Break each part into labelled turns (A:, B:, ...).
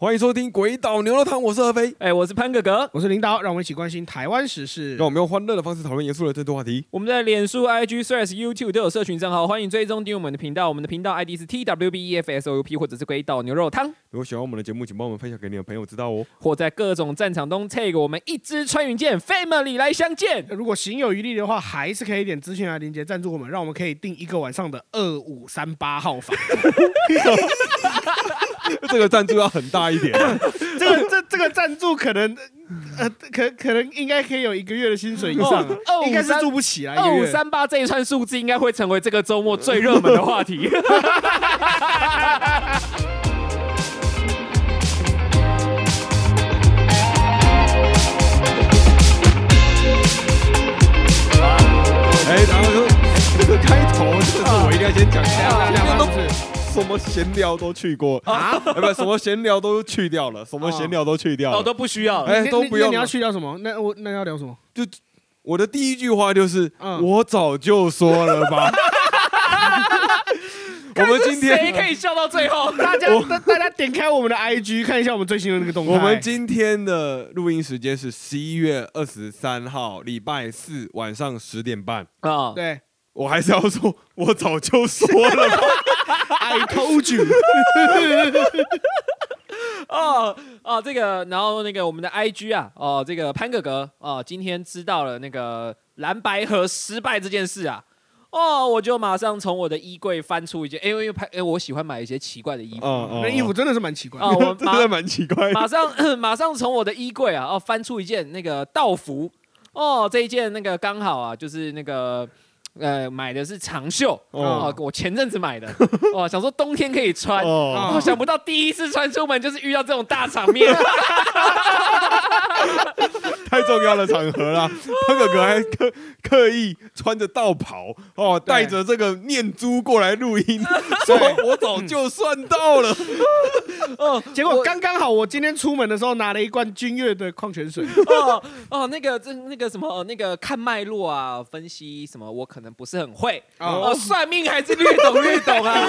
A: 欢迎收听《鬼岛牛肉汤》，我是何飞。
B: 哎、我是潘哥哥。
C: 我是林导，让我们一起关心台湾时事
A: 让。我们用欢乐的方式讨论严肃的政治话题。
B: 我们在脸书、IG、Threads、YouTube 都有社群账号，欢迎追踪订阅我们的频道。我们的频道 ID 是 E TWBEFSOUP，或者是鬼岛牛肉汤，
A: 如果喜欢我们的节目，请帮我们分享给你的朋友知道哦。
B: 或在各种战场中 take 我们一支穿云箭，Family 来相见。
C: 呃如果行有余力的话，还是可以点资讯来连接赞助我们，让我们可以订一个晚上的二五三八号 房。
A: 这个赞助要很大一 点，
C: 这个这这个赞助可能呃可可能应该可以有一个月的薪水以上啊、
B: 哦
C: 应该是
B: 253
C: 住不起啊，
B: 二
C: 一
B: 五
C: 个月。
B: 三八这一串数字应该会成为这个周末最热门的 话题。
A: 哎，然后就这个开头，这个是我一定要先讲一下。
C: 啊
A: 前面哎
C: 两
A: 都
C: 万是
A: 什么闲聊都去 过啊，哎不，什么闲聊都去掉了，什么闲聊都去掉
B: 哦，
A: 了
B: 都。不需要了。
A: 哎，
C: 那
A: 都
C: 那
A: 不用
C: 那你要
A: 了。
C: 去聊什么？那我那要聊 什么？
A: 就我的第一句话就是，
C: 嗯
A: 我早就说了 吧。我们今
B: 谁
A: 天
B: 可以笑到最 后？
C: 大家大大家点开我们的 IG 看一下我们最新的那个动态。
A: 我们今天的录音时间是十一月二十三号，礼拜四晚上十点半。
B: 啊，
C: 对
A: 我还是要说，我早就说 了吧。
C: I told you，
B: 哦哦，这个，然后那个我们的 IG 啊，哦，这个潘哥哥哦，今天知道了那个蓝白河失败这件事啊，哦，我就马上从我的衣柜翻出一件，哎因为因为潘，哎，我喜欢买一些奇怪的衣服啊、
A: 嗯
C: 那衣服真的是蛮奇怪的。
B: 哦 我
A: 真的蛮奇怪的。
B: 马上 马上从我的衣柜啊，哦，翻出一件那个道服，哦，这一件那个刚好啊，就是那个。呃，买的是长袖
A: 哦
B: 哦我前阵子 买的哦，想说冬天可以穿
A: 哦，
B: 哦，想不到第一次穿出门就是遇到这种大场 面，
A: 太重要的场合 啦！潘哥哥还刻刻意穿着道袍哦，带着这个念珠过来录 音，说我早就算到了。
B: 嗯哦，
C: 结
B: 我
C: 果刚刚好，我今天出门的时候拿了一罐君越的矿泉水。
B: 哦哦，那个这那个什么那个看脉络啊，分析什么，我可能不是很会。
C: 哦
B: 哦，算命还是略懂略懂啊。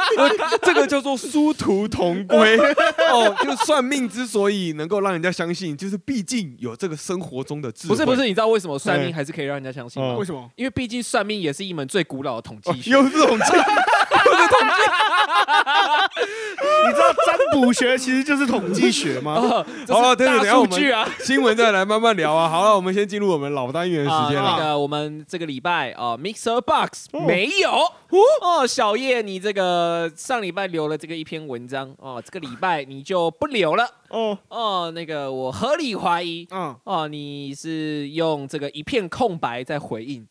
A: 这个叫做殊途同 归哦，就算命之所以能够让人家相信，就是毕竟有这个生活中的智慧。
B: 不是不是，，你知道为什么算
A: 哎
B: 命还是可以让人家相信吗？
A: 哦
C: 为什么？
B: 因为毕竟算命也是一门最古老的统计学。
A: 有这种智
C: 你知道占卜学其实就是统计学吗？
B: 哦，
A: 好了
B: 这
A: 等等
B: 是大
A: 等下我
B: 数
A: 们
B: 据啊。
A: 新闻再来慢慢聊啊。好了，我们先进入我们老单元的时间
B: 啊那
A: 了。
B: 个我们这个礼拜哦，Mixer Box
A: 哦
B: 没有哦。小叶，你这个上礼拜留了这个一篇文章哦，这个礼拜你就不留了
A: 哦，
B: 哦。那个我合理怀疑
C: 嗯，
B: 哦，你是用这个一片空白在回应，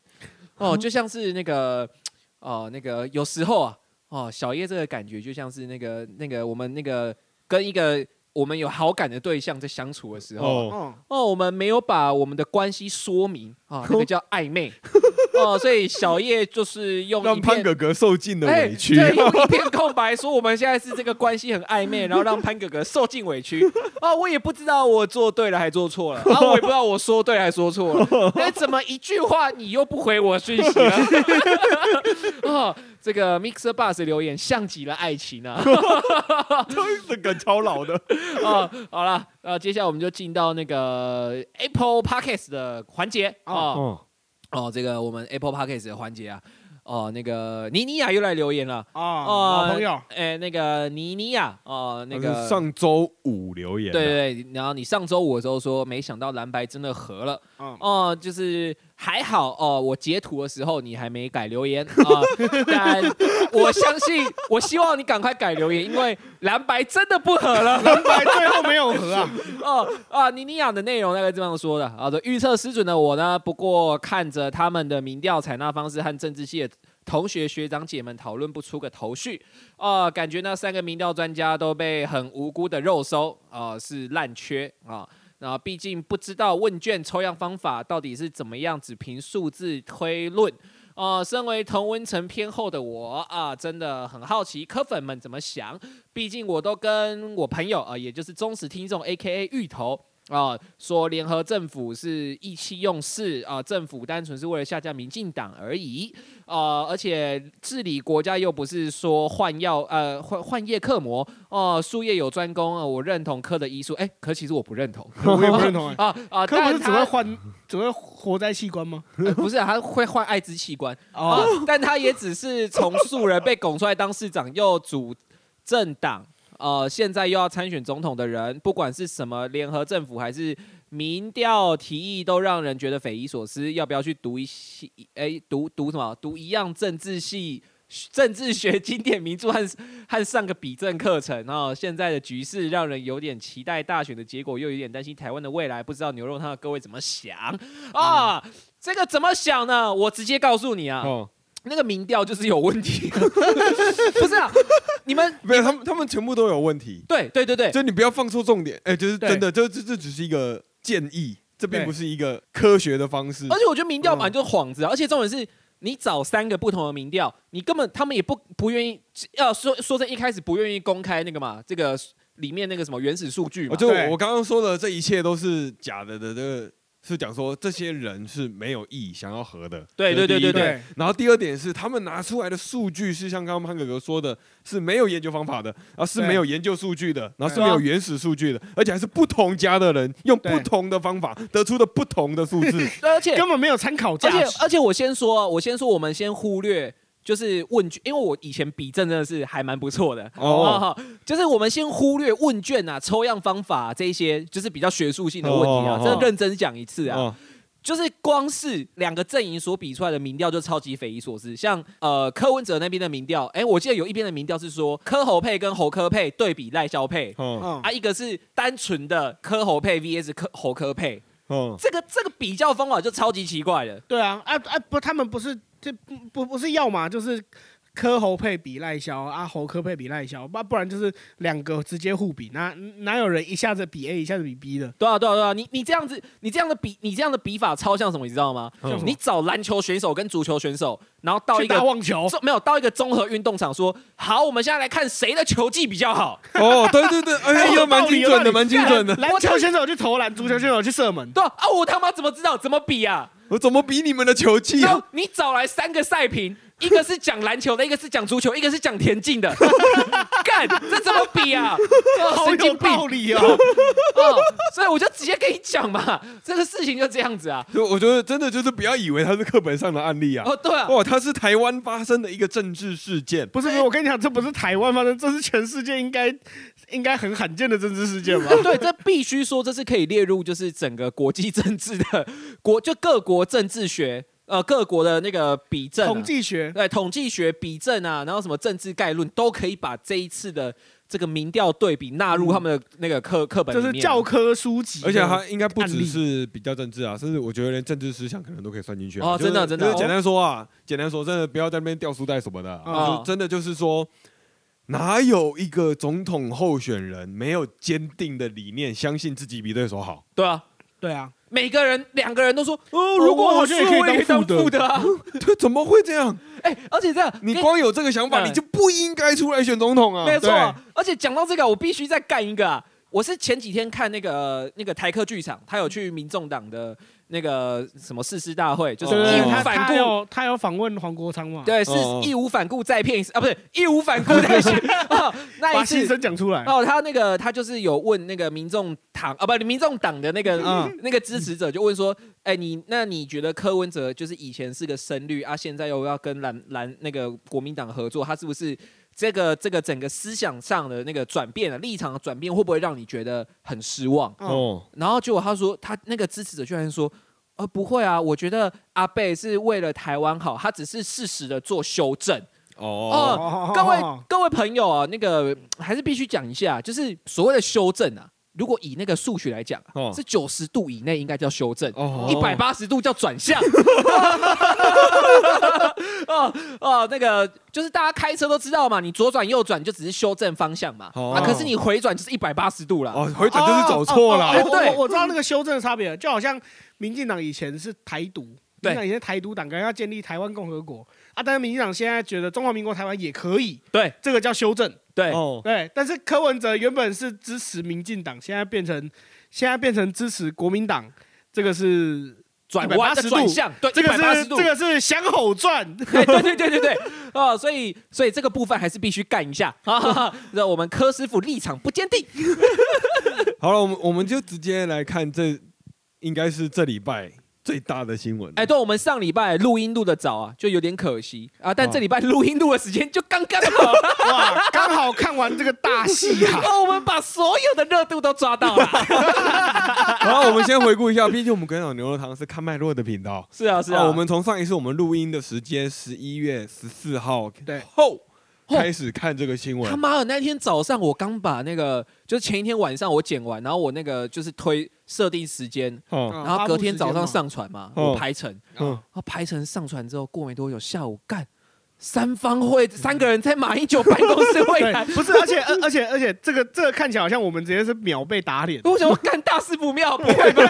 B: 哦，就像是那个，哦，那个有时候啊，哦，小叶这个感觉就像是那个那个我们那个跟一个我们有好感的对象在相处的时候啊，
A: 哦
C: 哦，
B: 哦，我们没有把我们的关系说明啊， 那个叫暧昧哦，所以小叶就是用
A: 让
B: 一
A: 潘
B: 片。
A: 哥哥受尽了
B: 哎，
A: 委屈。
B: 对，用一片空白说我们现在是这个关系很暧昧，然后让潘哥哥受尽委屈。哦，我也不知道我做对了还做错了，然后我也不知道我说对还说错了。 哎，怎么一句话你又不回我讯息了？ 哦，这个 Mixer Bus 留言像极了爱情啊！
A: 这个超老的，
B: 哦，好了，呃，接下来我们就进到那个 Apple Podcast 的环节哦
A: 哦，
B: 哦，这个我们 Apple Podcast 的环节啊，哦，那个妮妮亚又来留言了。
C: 啊，
B: 哦，
C: 老朋友，
B: 哎，那个妮妮呀，哦，那
A: 那
B: 个
A: 个上周五留言，啊
B: 对，对对，然后你上周五的时候说，没想到蓝白真的合了，
C: 嗯
B: 哦、就是还好哦、我截图的时候你还没改留言啊、但我相信，我希望你赶快改留言，因为蓝白真的不合了。
C: 蓝白最后没有 和啊，
B: 哦啊，妮妮养的内容大概这样说的。好的，预测失准的我呢，不过看着他们的民调采纳方式和政治系的同学学长姐们讨论不出个头绪，哦、感觉那三个民调专家都被很无辜的肉收，哦、是烂缺啊。然后毕竟不知道问卷抽样方法到底是怎么样，只凭数字推论。哦、身为同温层偏厚的我啊，真的很好奇科粉们怎么想。毕竟我都跟我朋友啊、呃也就是忠实听众 A K A 芋头啊、说联合政府是意气用事啊、政府单纯是为了下架民进党而已啊、而且治理国家又不是说换药呃换换叶克膜哦、术业有专攻啊、我认同科的医术，哎、可其实我不认同
C: 我也不认同哎、
B: 啊啊，
C: 科不
B: 但
C: 是只
B: 他
C: 会换，只会活摘器官吗？
B: 呃不是啊、他会换艾滋器官
C: 哦
B: 啊、，但他也只是从素人被拱出来当市长，又主政党，呃，现在又要参选总统的人，不管是什么联合政府还是民调提议，都让人觉得匪夷所思。要不要去读一系？哎，读读什么？读一样政治系。政治学经典名著和和上个比政课程啊、哦，现在的局势让人有点期待大选的结果，又有点担心台湾的未来，不知道牛肉汤的各位怎么想啊？这个怎么想呢？我直接告诉你啊，
A: 哦，
B: 那个民调就是有 问题，不是啊？你们
A: 没有，他们他们全部都有问题，
B: 对对对对，
A: 就你不要放错重点，哎，就是
B: 对
A: 真的，就这这只是一个建议，这并
C: 对
A: 不是一个科学的方式
B: 而。且我觉得民调版就是幌子、啊，而且重点是你找三个不同的民调，你根本他们也不不愿意，要说说这一开始不愿意公开那个嘛，这个里面那个什么原始数据嘛
A: 我，就
C: 对
A: 我刚刚说的这一切都是假的的，这个是讲说这些人是没有意想要和的。
B: 对
A: 这是
B: 对
A: 第一
B: 对
A: 点，然后第二点是，他们拿出来的数据是像刚刚潘哥哥说的，是没有研究方法的，然后是
C: 对
A: 没有研究数据的，然后是
B: 对啊
A: 没有原始数据的，而且还是不同家的人用
C: 对
A: 不同的方法得出的不同的数字。
B: 而且
C: 根本没有参考价
B: 而且
C: 值。
B: 而且我先说啊，我先说，我们先忽略就是问卷，因为我以前比证真的是还蛮不错的
A: 哦，
B: 哦，就是我们先忽略问卷啊、抽样方法、啊、这一些，就是比较学术性的问题啊
A: 哦哦，哦
B: 真的认真讲一次啊。
A: 哦
B: 就是光是两个阵营所比出来的民调就超级匪夷所思，像呃柯文哲那边的民调，哎、我记得有一边的民调是说柯侯配跟侯柯配对比赖萧配，
A: 哦
C: 嗯
B: 啊，一个是单纯的柯侯配 VS 柯侯柯配，
A: 哦，
B: 这个这个比较方法就超级奇怪的，
C: 对啊，啊啊不，他们不是这不不不是要嘛，就是柯侯配比赖萧啊，侯柯配比赖萧，不不然就是两个直接互比，哪哪有人一下子比 A 一下子比 B 的？
B: 对啊对啊对啊，你你这样子你这样的比你这样的比法超像什么，你知道吗？
A: 嗯
C: 像什么
B: 你找篮球选手跟足球选手，然后到
C: 去
B: 一
C: 打
B: 个。
C: 网球，
B: 没有到一个综合运动场说好，我们现在来看谁的球技比较好。
A: 哦，对对对，哎
C: 有
A: 呀，蛮
C: 道理
A: 精准的，
C: 有道理
A: 蛮精准 的。
C: 篮球选手去投篮，足球选手去射门，
B: 对啊，啊我他妈怎么知道怎么比啊？
A: 我怎么比你们的球技
B: 然后
A: 啊？
B: 你找来三个赛 评，一个是讲篮球的，一个是讲足球，一个是讲田径 的，干这怎么比 啊？
C: 好
B: 神
C: 有
B: 经病
C: 道理哦。
B: 哦！所以我就直接跟你讲嘛，这个事情就这样子啊。
A: 就我觉得真的就是不要以为它是课本上的案例啊。
B: 哦，对啊，
A: 哦，它是台湾发生的一个政治事件。
C: 不是不是，我跟你讲，这不是台湾发生，这是全世界应该应该很罕见的政治事件吧？
B: 对，这必须说这是可以列入就是整个国际政治的 国，就各国政治学呃各国的那个比证啊、
C: 统计学，
B: 对统计学、比政啊，然后什么政治概论，都可以把这一次的这个民调对比纳入他们的那个课课本
C: 这
B: 里
C: 是
B: 面。
C: 教科书籍，
A: 而且它应该不
C: 案例
A: 只是比较政治啊，甚至我觉得连政治思想可能都可以算进去啊、
B: 哦
A: 就是
B: 真的真的
A: 就是简单说啊，简单说，真的不要在那边掉书袋什么的啊、
B: 哦
A: 就真的就是说，哪有一个总统候选人没有坚定的理念，相信自己比对手好？
B: 对啊，
C: 对啊，
B: 每个人两个人都说，哦，
C: 哦
B: 如果
C: 我
B: 我
C: 好
B: 是
C: 像也可以
B: 我也可以
C: 当
B: 当副
C: 副的
B: 的啊。
A: 这怎么会这样？
B: 哎，而且这样，
A: 你
B: 跟
A: 光有这个想法，
B: 嗯
A: 你就不应该出来选总统啊！
B: 没错哦
C: 对。
B: 而且讲到这个，我必须再干一个啊！我是前几天看那个那个台客剧场，他有去民众党的那个什么誓师大会，就是
A: 哦
B: 义
C: 对对
B: 无
C: 对，他
B: 反
C: 他
B: 顾。
C: 有他有访问黄国昌嘛？，
B: 对，是
A: 哦哦
B: 义无反顾再骗一次啊，不是义无反顾 再骗、哦、那
C: 把
B: 一
C: 心
B: 次
C: 声讲出来。
B: 哦，他那个他就是有问那个民众党啊，不，民众党的那个、
C: 嗯
B: 那个支持者就问说，哎、你那你觉得柯文哲就是以前是个深绿啊，现在又要跟蓝蓝那个国民党合作，他是不是这个这个整个思想上的那个转变啊，立场的转变，会不会让你觉得很失望？
C: 哦，
A: 哦，
B: 然后结果他说，他那个支持者居然说。呃，不会啊，我觉得阿贝是为了台湾好，他只是适时的做修正。
A: 哦，
C: 哦
B: 各位各位朋友啊，那个还是必须讲一下，就是所谓的修正啊，如果以那个数学来讲啊、
A: 哦
B: 是九十度以内应该叫修正，
A: 哦
B: 一百八十度叫转 向。哦哦，那个就是大家开车都知道嘛，你左转右转就只是修正方向嘛，
A: 哦
B: 啊，可是你回转就是一百八十度了。
A: 哦，回转就是走错了。
B: 哦哦哦
C: 哎
B: 哦对
C: 我我知道那个修正的差别了，就好像民进党以前是台独，民
B: 对
C: 进党以前是台独党刚要建立台湾共和国，啊，但是民进党现在觉得中华民国台湾也可以，
B: 对
C: 这个叫修正。
B: 对，
A: 哦，
C: 对，但是柯文哲原本是支持民进党，现在变成现在变成支持国民党，这个是
B: 转弯呃
C: 180度
B: 转向，对，
C: 这个
B: 一百八
C: 是
B: 十度
C: 这，个是想吼转，
B: 哎，对对对对对，哦，所以所以这个部分还是必须干一下， 哈哈哈让我们柯师傅立场不坚定，
A: 好了，我们我们就直接来看这，应该是这礼拜最大的新闻。
B: 哎，对，我们上礼拜录音录的早啊，就有点可惜啊，但
A: 哦
B: 这礼拜录音录的时间就刚刚 好，
C: 哇，刚好看完这个大 戏啊，
B: 哦，我们把所有的热度都抓到了，
A: 然后我们先回顾一下， 毕竟我们跟老牛肉汤是看脉络的频道。
B: 是啊是啊，
A: 哦我们从上一次我们录音的时间十一月十四号
C: 对
A: 后 开始看这个新
B: 他
A: 闻，
B: 妈的，那天早上我刚把那个，就是前一天晚上我剪完，然后我那个就是推设定时间，
A: 哦，
B: 然后隔天早上上传嘛，
A: 哦
B: 我排成，
A: 嗯，
B: 然后排成上传之后，过没多久下午干。三方
A: 嗯
B: 会三个人在马英九办公室会
C: 对
B: 谈，，
C: 不是，而且而而且而且这个这个看起来好像我们直接是秒被打脸，
B: 我想说干大事不妙，不 会吧？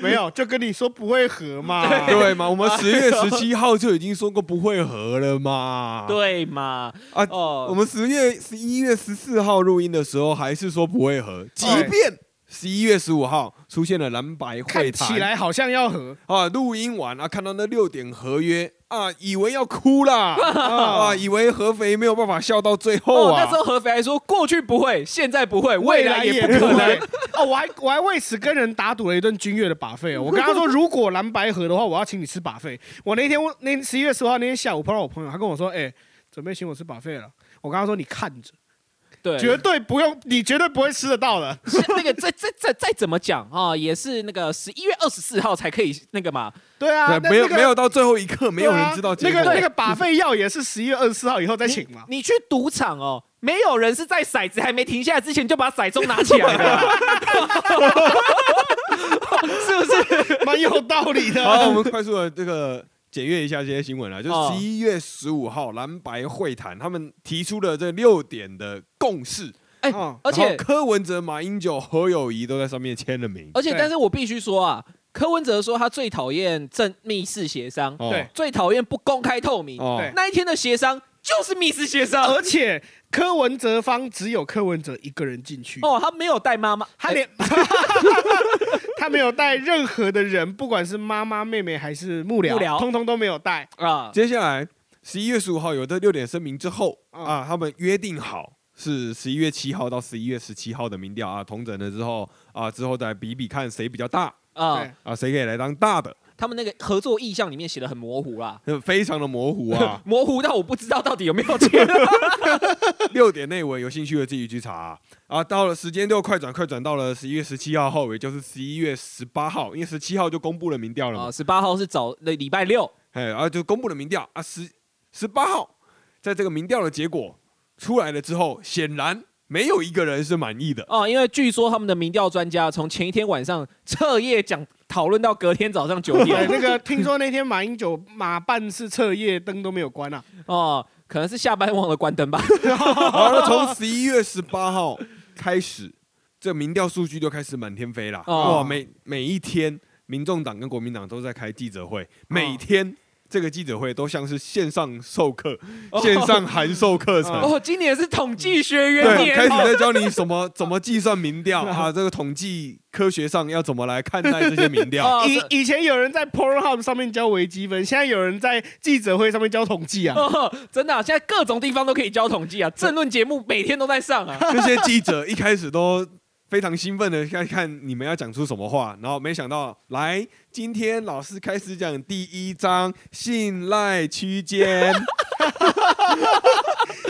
C: 没有，就跟你说不会和嘛，
A: 对嘛？我们十月十七号就已经说过不会合了嘛。
B: 对嘛？
A: 啊，
B: 哦，
A: 我们十月十一月十四号录音的时候还是说不会合，即便十一月十五号出现了蓝白
C: 看
A: 会
C: 起
A: 谈
C: 来好像要和，
A: 啊，录音完啊，看到那六点合约啊，以为要哭 啦啊，以为合肥没有办法笑到最后
B: 哦，
A: 啊
B: 那时。候合肥还说过去不会，现在不会，未来也不
C: 不
B: 可能。
C: 能。哦，我还我还为此跟人打赌了一顿君越的把费哦。我跟他说，如果蓝白合的话，我要请你吃把费。我那天我那十一月十号那天下午碰到我朋友，他跟我说，哎、准备请我吃把费了。我跟他说，你看着，
B: 对，
C: 绝对不用，你绝对不会吃得到的。
B: 是那个再再再再怎么讲啊、也是那个十一月二十四号才可以那个嘛，
C: 对啊，
A: 对，没有没有到最后一
B: 啊
A: 刻，没有人知道结
C: 那
A: 果。
C: 个啊那个把费药也是十一月二十四号以后再请嘛。
B: 你去赌场哦，没有人是在骰子还没停下来之前就把骰盅拿起来的 啊、是不是？
C: 蛮有道理
A: 好，我们
C: 的。
A: 快速的这个检阅一下这些新闻啊啦。就
B: 哦
A: 十一月十五号蓝白会谈，他们提出了这六点的共识，
B: 哎、
C: 哦
B: 而
A: 然后
B: 且
A: 柯文哲、马英九、侯友谊都在上面签了名。
B: 而且，
C: 对
B: 但是我必须说啊，柯文哲说他最讨厌正密室协商，
A: 哦
C: 对
B: 最讨厌不公开透明。
A: 哦
C: 对
B: 那一天的协商就是密室协商，
C: 而且柯文哲方只有柯文哲一个人进去，
B: 哦，他没有带妈妈，
C: 他 连、他没有带任何的人，不管是妈妈、妹妹还是幕僚，
B: 幕僚
C: 通通都没有带。
B: 哎啊，
A: 接下来十一月十五号有这六点声明之后
C: 嗯
A: 啊，他们约定好是十一月七号到十一月十七号的民调啊，同整了之后啊，之后再比比看谁比较大
B: 啊、
C: 对
A: 啊，谁可以来当大的，
B: 他们那个合作意向里面写的很模糊啦。。
A: 非常的模糊啊
B: 模糊到我不知道到底有没有钱。
A: 六点内文有兴趣的自己去查啊。啊到了时间就快转快转到了十一月十七号后，也就是十一月十八号，因为十七号就公布了民调了嘛
B: 啊，，十八号是早那礼拜六，
A: 哎，然后就公布了民调啊，十十八号，在这个民调的结果出来了之后，显然没有一个人是满意的。
B: 哦，因为据说他们的民调专家从前一天晚上彻夜讲讨论到隔天早上九
C: 对，
B: 点
C: 那个听说那天马英九马办是彻夜灯都没有关啊，
B: 哦，可能是下班忘了关灯吧。
A: 好， 那从十一月十八号开始，这民调数据就开始满天飞了。
B: 哦
A: 哇，每每一天，民众党跟国民党都在开记者
B: 哦
A: 会，每天这个记者会都像是线上授课、线上函授课程。
B: 哦，今年是统计学元
A: 对，开始
B: 年，哦
A: 在教你什么怎么计算民调啊，这个统计科学上要怎么来看待这些民 调。
B: 哦
C: 以
B: 是
C: 以前有人在 Pornhub 上面教微积分，现在有人在记者会上面教统计啊。
B: 哦，真的啊、现在各种地方都可以教统计啊，政论节目每天都在上啊。
A: 这些记者一开始都非常兴奋的看看你们要讲出什么话，然后没想到来今天老师开始讲第一章信赖区 间，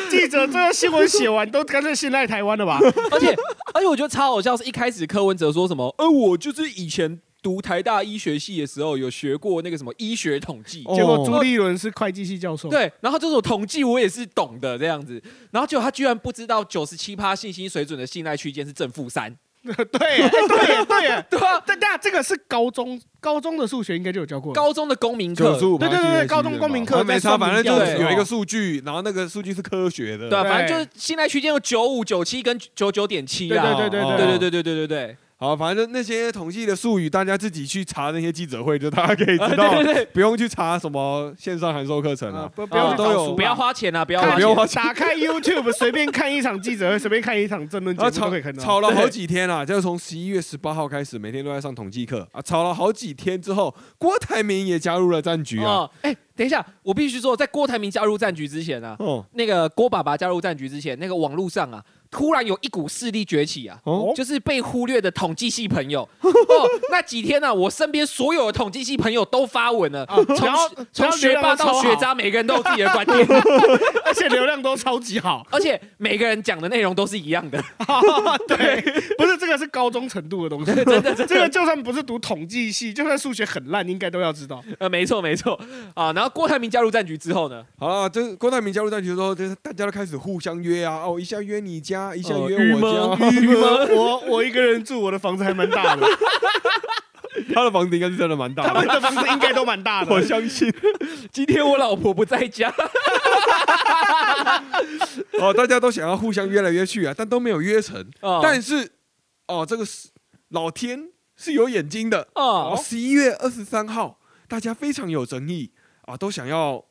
C: 记者这个新闻写完都干脆信赖台湾了吧？
B: 而且而且我觉得超好笑，是一开始柯文哲说什么？呃，我就是以前读台大医学系的时候有学过那个什么医学统计。
A: 哦
C: 结果朱立伦是会计系教授，，
B: 对，然后这种统计我也是懂的这样子，然后结果他居然不知道九十七趴信心水准的信赖区间是正负三，
C: 对耶对耶对耶，
B: 对啊吧、
C: 但但这个是高中高中的数学应该就有教过了，
B: 高中的公民
A: 九
B: 课
A: 十，五，
C: 对对对对高中公民课
A: 没
C: 在
A: 差，
C: 算
A: 反正
C: 民调
A: 就
B: 的
A: 是有一
C: 时
A: 个
C: 候
A: 数据，然后那个数据是科学的。
B: 对啊，
C: 对
B: 反正就是信赖区间有九五、九七跟九九点七
C: 对
B: 啦。
C: 对对对
A: 哦
B: 啊对对对对对对对
A: 好，反正那些统计的术语，大家自己去查那些记者会，就大家可以知道，
B: 对对对
A: 不用去查什么线上函授课程
C: 啊
A: 啊。
C: 不不
B: 啊
C: 要去
A: 都
C: 找
A: 有
C: 书
B: 不要
C: 啦
B: 花钱啊，不要
A: 看
B: 花
A: 不
B: 钱
A: 用。花钱
C: 打开 YouTube 随便看一场记者会，随便看一场 政论节
A: 然后
C: 目
A: 吵
C: 都可以看到。
A: 吵了好几天啊，就是从十一月十八号开始，每天都在上统计课啊。吵了好几天之后，郭台铭也加入了战局啊。
B: 哦，哎，等一下，我必须说，在郭台铭加入战局之前啊，
A: 哦
B: 那个郭爸爸加入战局之前，那个网络上啊，突然有一股势力崛起啊，
A: 哦，
B: 就是被忽略的统计系 朋友。哦，那几天呢、我身边所有的统计系朋友都发文了，
C: 啊，然后
B: 从从学霸到学，渣，每个人都有自己的观 点，
C: 然后流量都超好而且流量都超级好。
B: 而且每个人讲的内容都是一样的。
C: 对，不是这个是高中程度的东西，真的，这个就算不是读统计系，就算数学很烂，应该都要知道。
B: 呃，没错没错啊。然后郭台铭加入战局之后呢，
A: 好了，就是郭台铭加入战局之后，就是大家都开始互相约啊，哦，一下约你家，一下
B: 哦
A: 约
B: 郁
A: 我
B: 闷
A: 家，
C: 你们，我我一个人住，我的房子还蛮大的，
A: 他的房子应该是真的蛮
C: 他
A: 大
C: 们
A: 的，
C: 的房子应该都蛮大
A: 我
C: 的。
A: 相信。
B: 今天我老婆不在 家，
A: 哦，大家都想要互相约来约去啊，但都没有约成。
B: 哦
A: 但是，哦，这个是老天是有眼睛的。哦，
B: 哦
A: 十一月二十三号，大家非常有争议啊，都想要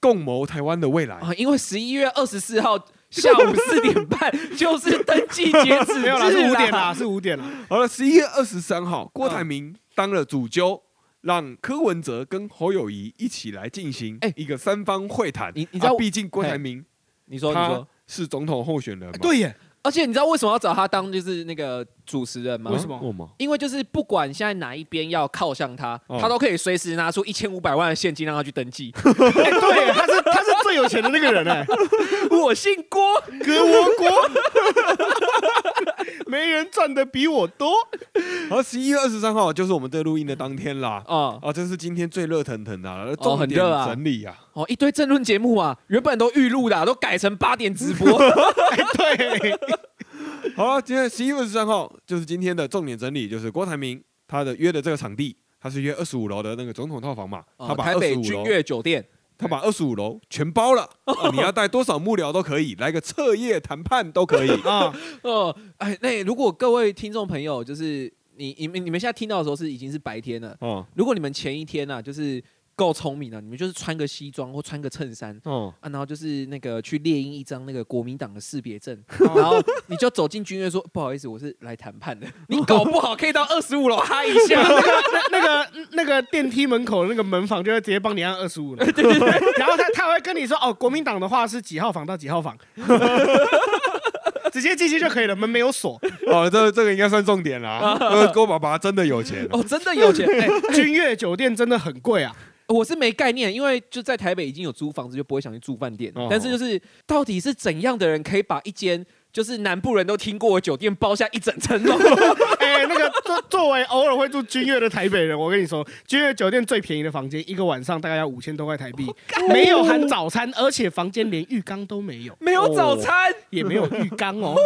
A: 共谋台湾的未来。
B: 啊，因为十一月二十四号下午四点半 就是登记截止
C: 没有啦，
B: 日
C: 是五点啦，是五点啦。
A: 好了，十一月二十三号，郭台铭当了主揪，让柯文哲跟侯友谊一起来进行
B: 哎
A: 一个三方会谈。
B: 你你知道
A: 啊
B: 我
A: 毕竟郭台铭
B: 你说你
A: 他
B: 说，
A: 是总统候选人嘛？
C: 对耶，
B: 而且你知道为什么要找他当就是那个主持人吗？
C: 为什么
A: 啊我吗？
B: 因为就是不管现在哪一边要靠向他，
A: 哦
B: 他都可以随时拿出一千五百万的现金让他去登记。
C: 哎对耶，他是他是最有钱的那个人哎，
B: 我姓郭，
C: 哥我国， 没人赚的比我多。
A: 而十一月二十三号就是我们这录音的当天啦。
B: 哦
A: 啊，这是今天最热腾腾的、啊，
B: 哦
A: 重
B: 很
A: 点
B: 热啊
A: 整理啊。
B: 哦，一堆政论节目啊，原本都预录的啊、都改成八点直 播。
C: 对，
A: 好了，今天十一月二十三号就是今天的重点整理，就是郭台铭他的约的这个场地，他是约二十五楼的那个总统套房嘛，
B: 哦
A: 他把
B: 台
A: 二
B: 北
A: 十五
B: 君
A: 楼，
B: 悦酒店，
A: 他把二十五楼全包了、啊你要带多少幕僚都可以，来个彻夜谈判都可以
C: 啊，
B: 哦，哎，那如果各位听众朋友，就是你你们你们现在听到的时候是已经是白天了，
A: 哦
B: 如果你们前一天啊，就是够聪明了、你们就是穿个西装或穿个衬衫。
A: 哦，
B: 啊，然后就是那个去猎鹰一张那个国民党的识别 证，然后你就走进军院说不好意思，我是来谈判的。 你搞不好可以到二十五楼嗨一 下，
C: 那个那个电梯门口的那个门房就会直接帮你按二十五了，对对对，然后他他还会跟你说哦，国民党的话是几号房到几号房， 直接进去就可以了，门没有锁。
A: 哦，这这个应该算重点啦。呃郭爸爸真的有钱，
B: 哦，真的有钱。哎，
C: 君悦酒店真的很贵啊，
B: 我是没概念，因为就在台北已经有租房子，就不会想去住饭店。
A: 哦
B: 但是就是到底是怎样的人可以把一间就是南部人都听过的酒店包下一整层 楼？
C: 哎，那个作作为偶尔会住君悦的台北人，我跟你说，君悦酒店最便宜的房间一个晚上大概要五千多块台币，
B: 哦
C: 没有含早餐，而且房间连浴缸都没有，
B: 没有早餐、
C: 也没有浴缸 哦，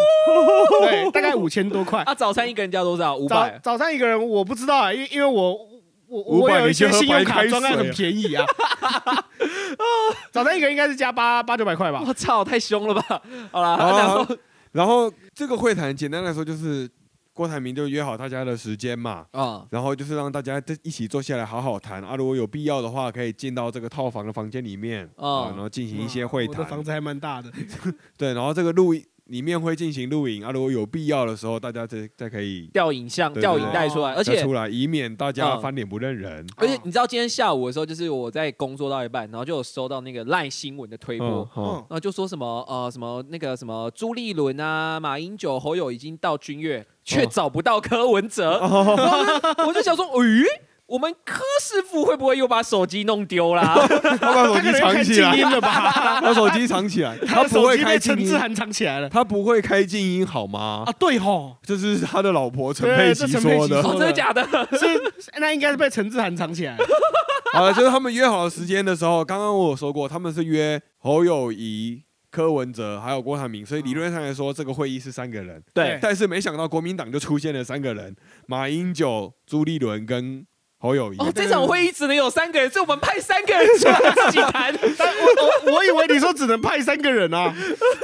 C: 对，大概五千多块。
B: 啊？早餐一个人交多少？五
C: 早
B: 百。
C: 早上一个人我不知道啊，因为因为我我
A: 500
C: 我有一些信用卡
A: 你去喝
C: 专
A: 白开水
C: 案很便 宜啊。早上一个人应该是加八八九百块吧。
B: 我操，太凶了吧！好啦，
A: 好啊
B: 然后
A: 然后这个会谈简单来说就是郭台铭就约好大家的时间嘛，
B: 啊，
A: 然后就是让大家这一起坐下来好好谈啊，如果有必要的话，可以进到这个套房的房间里面、
B: 哦
A: 啊，然后进行一些会
C: 我的
A: 谈
C: 房。子还蛮大的，
A: 对，然后这个录影里面会进行录影啊，如果有必要的时候，大家再再可以
B: 调影像、
A: 对
B: 调影带出来，而
A: 再
B: 且
A: 出来，以免大家
C: 啊
B: 嗯
A: 翻脸不认人。
B: 而且你知道今天下午的时候，就是我在工作到一半，然后就有收到那个赖新闻的推播，
A: 嗯，好，
C: 嗯
B: 然，后就说什么呃什么那个什么朱立伦啊、马英九、侯友已经到君悦，却找不到柯文哲，然后我就我就想说，咦、我们柯师傅会不会又把手机弄丢啦？
A: 他把手机藏起
C: 他可能看静
A: 来，
C: 音了吧？
A: 他手机藏 起来，
C: 他
A: 他
C: 的
A: 不
C: 手
A: 会
C: 机被
A: 开静
C: 陈
A: 音哦
C: 志，涵藏起来了
A: 他不会开静音好吗
C: 啊！？对吼，
A: 这是他的老婆陈
C: 对
A: 佩
C: 这
A: 琪
C: 陈佩
A: 说
C: 琪
A: 的
C: 说。
B: 哦，真的假的？
C: 是 那应该是被陈志涵藏起来了。
A: 好啊了，就是他们约好的时间的时候，刚刚我有说过，他们是约侯友谊、柯文哲还有郭台铭，所以理论上来说，这个会议是三个人。
C: 嗯对
A: 但是没想到国民党就出现了三个人：马英九、朱立伦跟侯友谊。
B: 哦，这场会议只能有三个人，所以我们派三个人出来自己谈。
C: 但我我我以为你说只能派三个人啊，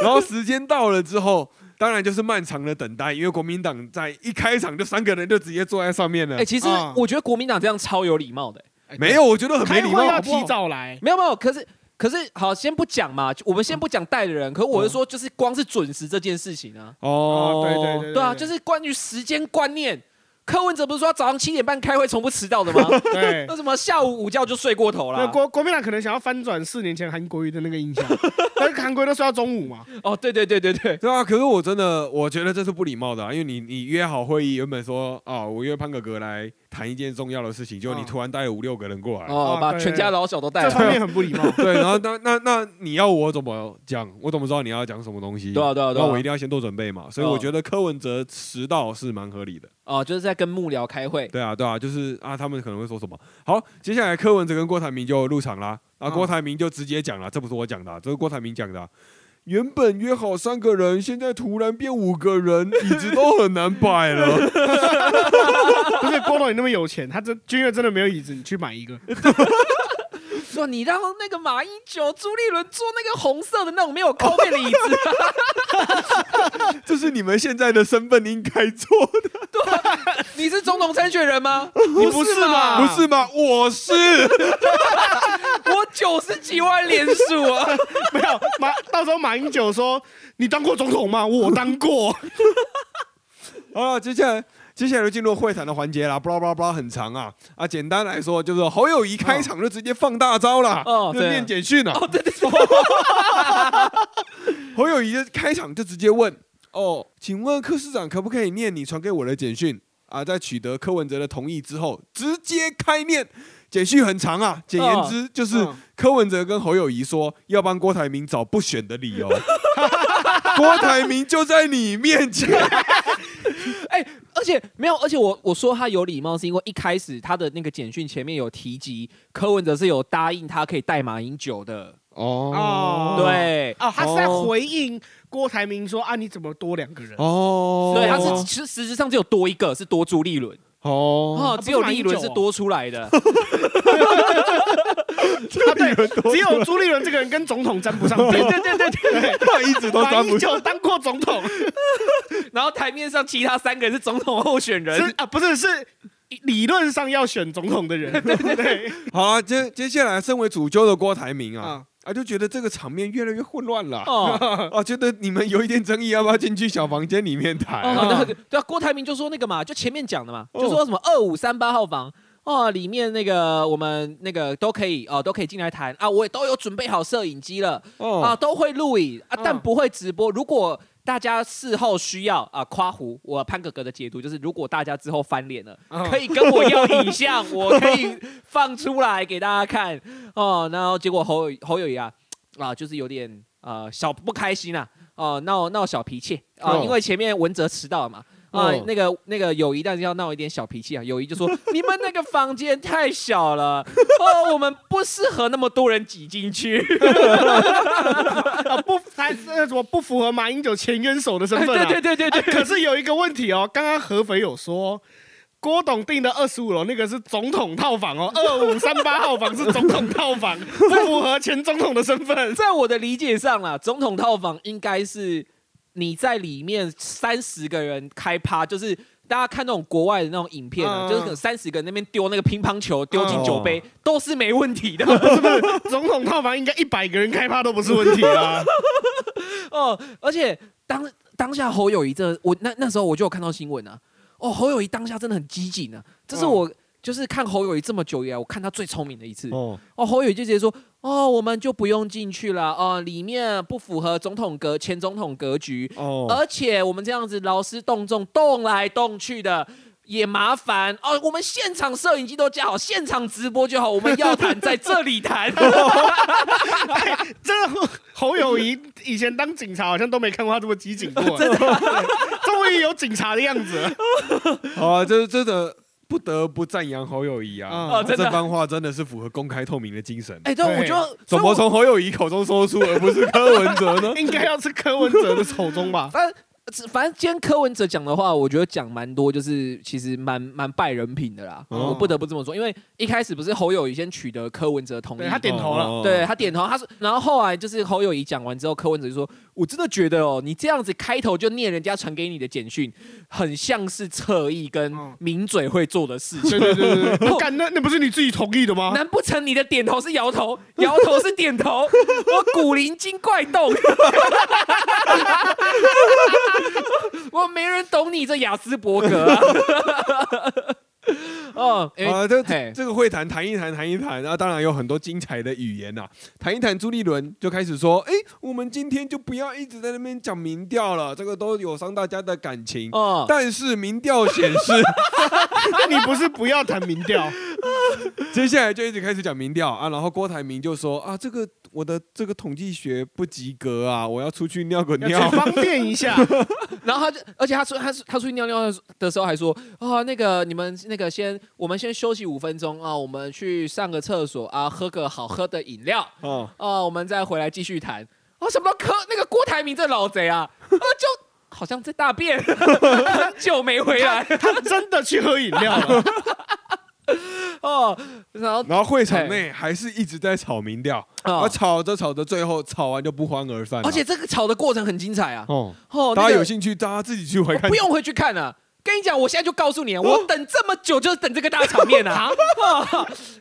A: 然后时间到了之后，当然就是漫长的等待，因为国民党在一开场就三个人就直接坐在上面了
B: 哎、。其实
C: 啊
B: 我觉得国民党这样超有礼貌的、
A: 没有，我觉得很没
C: 开
A: 礼
C: 会
A: 貌，
C: 要
A: 好不
C: 提
A: 好？
C: 早来，
B: 没有没有，可是可是好，先不讲嘛，我们先不讲带的人，可
C: 嗯
B: 我是说，就是光是准时这件事情啊，
A: 哦，
C: 对对对
B: 对啊，就是关于时间观念。柯文哲不是说早上七点半开会从不迟到的吗？
C: 对
B: 那。什么下午午觉就睡过头
C: 那
B: 啦？
C: 国国民党可能想要翻转四年前韩国瑜的那 个印象，但是韩国瑜都睡到中午嘛，
B: 哦，对对对对对，
A: 对啊，可是我真的，我觉得这是不礼貌的、啊，因为你你约好会议，原本说啊，我约潘哥哥来谈一件重要的事情，结果
B: 啊
A: 你
C: 嗯
A: 突然带了五六个人过来，
B: 哦，
C: 哦
B: 把
C: 对
B: 全家老小都带
C: 这方
B: 来。
C: 面很不礼貌。
A: 对，然后那那那你要我怎么讲？我怎么知道你要讲什么东西？
B: 对啊对啊对
A: 那
B: 啊，
A: 我一定要先做准备嘛。所以
B: 哦
A: 我觉得柯文哲迟到是蛮合理的。
B: 哦，就是在跟幕僚开会。
A: 对啊对啊，就是啊，他们可能会说什么？好，接下来柯文哲跟郭台铭就入场啦。啊，
C: 嗯
A: 郭台铭就直接讲了，这不是我讲的啊、这是郭台铭讲的啊、原本约好三个人，现在突然变五个人，椅子都很难摆了。
C: 不是郭董你那么有钱，他真君越真的没有椅子，你去买一个。
B: 说你让那个马英九、朱立伦坐那个红色的那种没有靠背的椅子，
A: 这是你们现在的身份应该做的，
B: 你是总统参选人吗？
C: 你不是嘛啊
A: 不是吗？我是
B: 我九十几万连署啊！
C: 没有马，到时候马英九说你当过总统吗？我当过。
A: 好哦了，接下来。接下来就进入会谈的环节啦，巴拉巴拉巴拉很长啊啊！简单来说，就是侯友谊开场就直接放大招啦，
B: 哦
A: 就
B: 对啊
A: 念简讯啊。
B: 哦，对对对，
A: 侯友谊的开场就直接问：“哦，请问柯市长可不可以念你传给我的简讯啊？”在取得柯文哲的同意之后，直接开念。简讯很长啊，简言之
B: 哦
A: 就是
C: 嗯
A: 柯文哲跟侯友谊说要帮郭台铭找不选的理由， 郭台铭就在你面前。
B: 哎、而且没有，而且我我说他有礼貌，是因为一开始他的那个简讯前面有提及柯文哲是有答应他可以带马英九的，
A: 哦
B: 对，
C: 哦，他是在
B: 哦
C: 回应郭台铭说啊，你怎么多两个人？
A: 哦
B: 对，他是其实实质上只有多一个是多朱立伦，
A: 哦，
B: 哦，
C: 不是
B: 只有
C: 马英
B: 立伦
C: 九
B: 是
C: 哦
B: 多出来 的，
C: 啊，对，只有朱立伦这个人跟总统沾不上边。对对对对对，
A: 他一直都
C: 马
A: 沾不
C: 英
A: 上。
C: 九当过总统，
B: 然后台面上其他三个人是总统候选
C: 是
B: 人，
C: 啊，不是是理论上要选总统的人。对对对，
A: 好啊，接接下来身为主揪的郭台铭啊
C: 啊，
A: 啊就觉得这个场面越来越混乱了。
B: 哦。
A: 哦，觉得你们有一点争议，要不要进去小房间里面谈？
B: 哦，对对对啊，郭台铭就说那个嘛，就前面讲的嘛，
A: 哦
B: 就说什么二五三八号房哦，里面那个我们那个都可以哦，都可以进来谈啊，我也都有准备好摄影机了啊，
A: 哦，
B: 都会录影啊，
C: 嗯
B: 但不会直播。如果大家事后需要啊，夸胡我潘哥哥的解读就是，如果大家之后翻脸了，
C: 嗯
B: 可以跟我要影像，我可以放出来给大家看哦。然后结果侯友侯友谊啊啊，就是有点呃小不开心啊，哦闹闹小脾气啊，
A: 哦
C: 嗯
B: 因为前面文哲迟到了嘛。啊、
A: 哦
B: 那个那个友谊，但是要闹一点小脾气啊。友谊就说：“ 你们那个房间太小了，哦，我们不适合那么多人挤进去。”
C: 啊不，他那什么不符合马英九前元首的 身份啊。
B: 对对 对对
C: 啊
B: 对，
C: 可是有一个问题哦，刚刚合肥有说。郭董订的二十五楼那个是总统套房哦，二五三八号房是总统套 房，不符合前总统的身 份。
B: 在我的理解上啦，总统套房应该是你在里面三十个人开趴，就是大家看那种国外的那种影片啊，
C: 嗯
B: 就是可能三十个人那边丢那个乒乓球丢进酒杯、都是没问 题的
C: 总统套房应该一百个人开趴都不是问题啊 啦。
B: 哦，而且当当下侯友谊这我那那时候我就有看到新闻啊，哦，侯友谊当下真的很激进啊，这是
C: 嗯
B: 我。就是看侯友谊这么久以来，我看他最聪明的一次。
A: 哦，
B: 哦，侯友宜就直接说：“哦，我们就不用进去了，哦，里面不符合总统格前总统格局，
A: 哦，
B: 而且我们这样子劳师动众、动来动去的也麻烦哦。我们现场摄影机都架好，现场直播就好。我们要谈在这里谈，
C: 这侯友谊以前当警察好像都没看过他这么激进过， 真的，终于有警察的样子 了。
A: 好啊，这真的不得不赞扬侯友谊啊！
C: 嗯
A: 啊
B: 哦真的
A: 这番话真的是符合公开透明的精神。
B: 哎，对，我
C: 对
B: 觉得
A: 怎 么？从侯友谊口中说出，而不是柯文哲呢
C: ？应该要是柯文哲的手中吧？
B: 但反正今天柯文哲讲的话，我觉得讲蛮多，就是其实蛮蛮败人品的啦。
A: 哦
B: 我不得不这么说，因为一开始不是侯友宜先取得柯文哲同意
C: 对，他点头了，
A: 哦
B: 对他点头，他说，然后后来就是侯友谊讲完之后，柯文哲就说：“我真的觉得哦，你这样子开头就念人家传给你的简讯，很像是侧翼跟
C: 嗯
B: 抿嘴会做的 事情。
C: 对对对对对，干那那不是你自己同意的
A: 啊
C: 吗？
B: 难不成你的点头是摇头， 摇头是点头？我古灵精怪动， 我没人懂你这雅斯伯格、啊。 哦，因为
A: 啊，这
B: 嘿
A: 这个会谈谈一谈，谈一谈，然后当然有很多精彩的语言呐、谈一谈，朱立伦就开始说：“哎、我们今天就不要一直在那边讲民调了，这个都有伤大家的感情。
B: 哦，
A: 但是民调显 示，
C: 你不是不要谈民 调？
A: 接下来就一直开始讲民调啊。然后郭台铭就说：“啊，这个我的这个统计学不及格啊，我要出去尿个
C: 要
A: 尿
C: 去。方便一下，
B: 然后他就，而且他说他他出去尿尿的时候还说啊、那个你们那个先，我们先休息五分钟啊，我们去上个厕所啊，喝个好喝的饮料”
A: 哦，
B: 啊，我们再回来继续谈。啊，什么柯那个郭台铭这老贼啊，啊就好像在大便， 很久没回来
C: 他真的去喝饮料了。
B: 哦，然后
A: 然后会场内还是一直在吵民调，
B: 啊
A: 啊，，吵着吵着，最后吵完就不欢而散了。
B: 哦而且这个吵的过程很精彩啊，
A: 哦，
B: 哦，
A: 大家
B: 那个哦
A: 有兴趣，大家自己去回看
B: 不。用回去看了、跟你讲，我现在就告诉你
C: 哦
B: 啊，我等这么久就是等这个大场面 啊！啊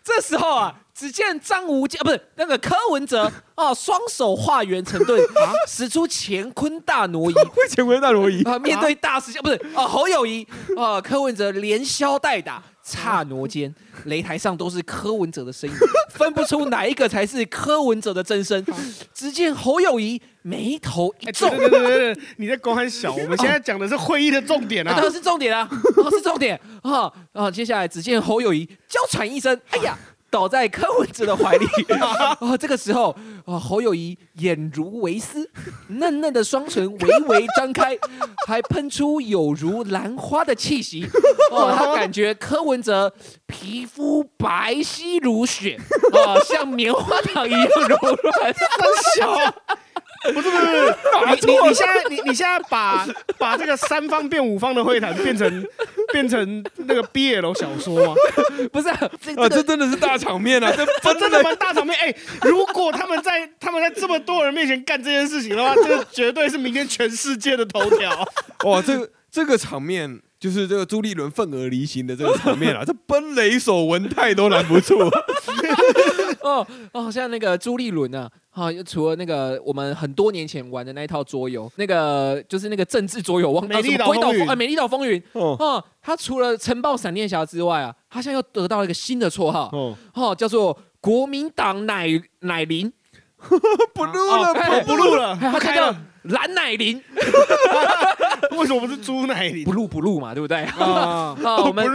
B: 这时候啊，只见张无忌啊，不是那个柯文哲啊，双手化圆成盾，
C: 啊
B: 使出乾坤大挪移
A: 会前回大挪移。
B: 啊，面对大师兄不是啊，侯友谊啊，柯文哲连削带打，刹挪间，擂台上都是柯文哲的身影，分不出哪一个才是柯文哲的真身。只见侯友谊眉头一
C: 啊哎，
B: 皱
C: 对。对对对对，你在公很小，我们现在讲的是会议的重点
B: 那
C: 啊
B: 当。然是重点啊， 哦是重点啊啊！接下来只见侯友谊娇喘一声，哎呀，倒在柯文哲的怀里。 啊，这个时候啊，侯友谊眼如维丝，嫩嫩的双唇微微张开，还喷出有如兰花的气息。哦，他感觉柯文哲皮肤白皙如雪，啊，像棉花糖一样柔软。
C: 小，不是不是不是，你你你现在你你现在把把这个三方变五方的会谈变成变成那个 BL 小说吗？
B: 不是、啊、 这
A: 啊，这
B: 这个
A: 真的是大场面啊！这
C: 这真的蛮大场面哎、如果他们在他们在这么多人面前干这件事情 的话，这绝对是明天全世界的头条。
A: 哇，这个这个场面就是这个朱立伦愤而离行的这个场面啊，这奔雷手文泰都拦不住。
B: 哦哦，像那个朱立伦啊，好、除了那个我们很多年前玩的那一套桌游，那个就是那个政治桌游，忘
C: 美丽岛
B: 啊什么鬼
C: 风云
B: 啊，美丽岛风云
A: 哦
B: 哦，他除了晨报闪电侠之外啊，他现在又得到了一个新的绰号
A: 哦，
B: 哦，叫做国民党奶奶林，
A: 不录了，
B: 哎
A: 不
C: 不
A: 录
C: 录了，
B: 他
C: 不开
B: 叫
C: 了。
B: 蓝奶林，
C: 为什么不是朱乃麟
B: 不？录不录嘛，对不对？啊、
C: 啊，
A: 哦
B: 我们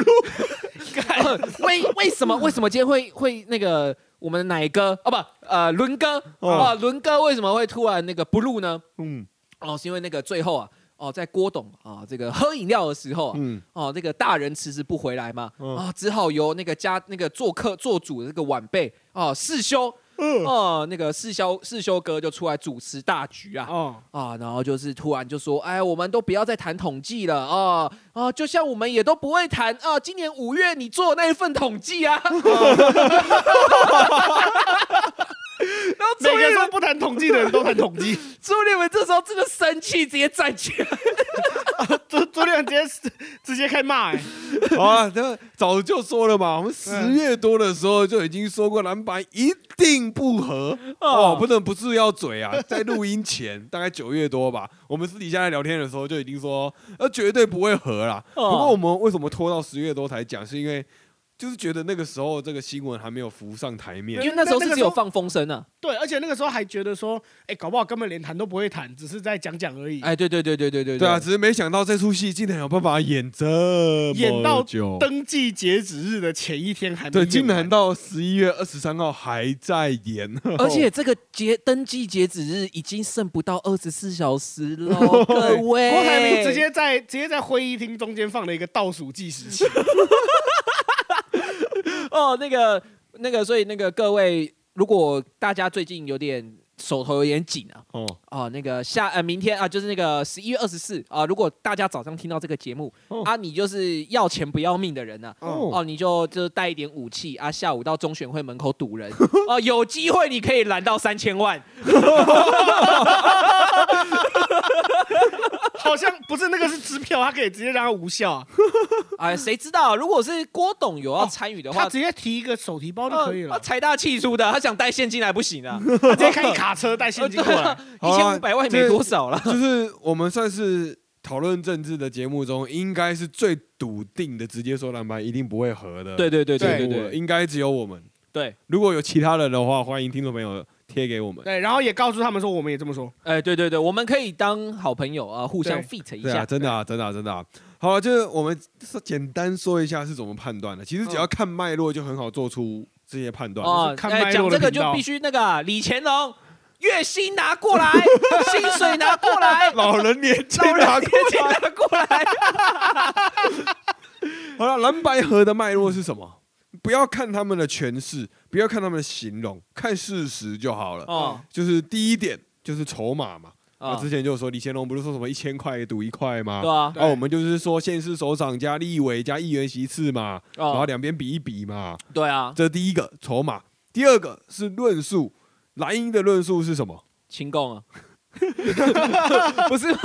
B: 为为什么为什么今天会会那个我们奶哥啊不呃伦哥
A: 哦
B: 啊伦哥为什么会突然那个不录呢？
A: 嗯
B: 哦，是因为那个最后啊，哦，在郭董啊这个喝饮料的时候啊，
A: 嗯，
B: 哦，那个大人迟迟不回来嘛，
A: 嗯
B: 啊，只好由那个家那个做客做主的这个晚辈哦世修，
A: 嗯
B: 哦，那个世修世修哥就出来主持大局啊。
C: 哦，
B: 啊，然后就是突然就说，哎，我们都不要再谈统计了啊啊，就像我们也都不会谈啊，今年五月你做的那一份统计啊， 然后朱立
C: 每个
B: 伦
C: 说不谈统计的人都谈统计。
B: 朱立伦这时候真的生气，直接站起来。
C: 昨昨天直接直接开骂哎、
A: 好啊，这早就说了嘛，我们十月多的时候就已经说过，蓝白一定不合哦，不能不是要嘴啊， 在录音前大概九月多吧，我们私底下在聊天的时候就已经说，呃，绝对不会合啦。
B: 哦
A: 不过我们为什么拖到十月多才讲，是因为就是觉得那个时候这个新闻还没有浮上台面
B: 因，为那时候是只有放风声啊。
C: 对，而且那个时候还觉得说，哎、搞不好根本连谈都不会谈，只是在讲讲而已。
B: 哎，对对对对对对
A: 对啊，只是没想到这出戏竟然有办法演这么
C: 演到
A: 久，
C: 登记截止日的前一天还没
A: 对，
C: 演
A: 竟然
C: 完
A: 到十一月二十三号还在演，
B: 而且这个截登记截止日已经剩不到二十四小时 喽，各位。
C: 郭台
A: 哎
C: 铭直接在直接在会议厅中间放了一个倒数计时器，
B: 哦，那个那个，所以那个各位，如果大家最近有点手头有点紧啊。
A: 哦
B: 哦，那个下呃，明天啊，就是那个十一月二十四啊，如果大家早上听到这个节目、
A: 哦
B: 啊，你就是要钱不要命的人呢、
A: 哦
B: 哦，你就就带一点武器啊，下午到中选会门口堵人哦，有机会你可以拦到三千万，
C: 好像不是那个是支票，他可以直接让它无效啊，
B: 哎，谁知道？如果是郭董有要参与的话，
C: 哦他直接提一个手提包就可以
B: 呃
C: 了
B: 他，
A: 哦
B: 财大气粗的，他想带现金来不 行啊，
C: 他直接开一卡车带现金 过来。
B: 一千五百万也没多 少了。
A: 就是我们算是讨论政治的节目中，应该是最笃定的，直接说蓝白一定不会合的。
B: 对对对
A: 节
B: 对对
A: 目了
B: 对
A: 应该只有我们。
B: 对，
A: 如果有其他人的话，欢迎听众朋友贴给我们。
C: 对，然后也告诉他们说，我们也这么说。
B: 哎对对对，我们可以当好朋友啊，互相 fit 一
A: 对啊，
B: 下。
A: 真的啊，真的啊，真的啊。好了，就是我们简单说一下是怎么判断的。其实只要看脉络就很好做出这些判断。
B: 嗯哦
C: 就是看
B: 哎
C: 脉
B: 讲
C: 络
B: 这
C: 的
B: 个
C: 频
B: 就
C: 道
B: 必须那个啊李乾隆月薪拿过来，薪水拿过来，
A: 老人年纪啊
B: 老人
A: 大
B: 年金拿过来。
A: 好了，蓝白河的脉络是什么？不要看他们的诠释，不要看他们的形容，看事实就好了。
B: 哦
A: 就是第一点，就是筹码嘛。啊，
B: 啊
A: 之，前就有说李乾隆不是说什么一千块赌一块吗？
B: 对啊，
A: 啊，我们就是说县市首长加立委加议员席次嘛，
C: 啊
A: 然后
B: 哦，
A: 两边比一比嘛，
B: 对啊，
A: 这第一个筹码。第二个是论述，蓝营的论述是什么？。
B: 清共啊，不是吗？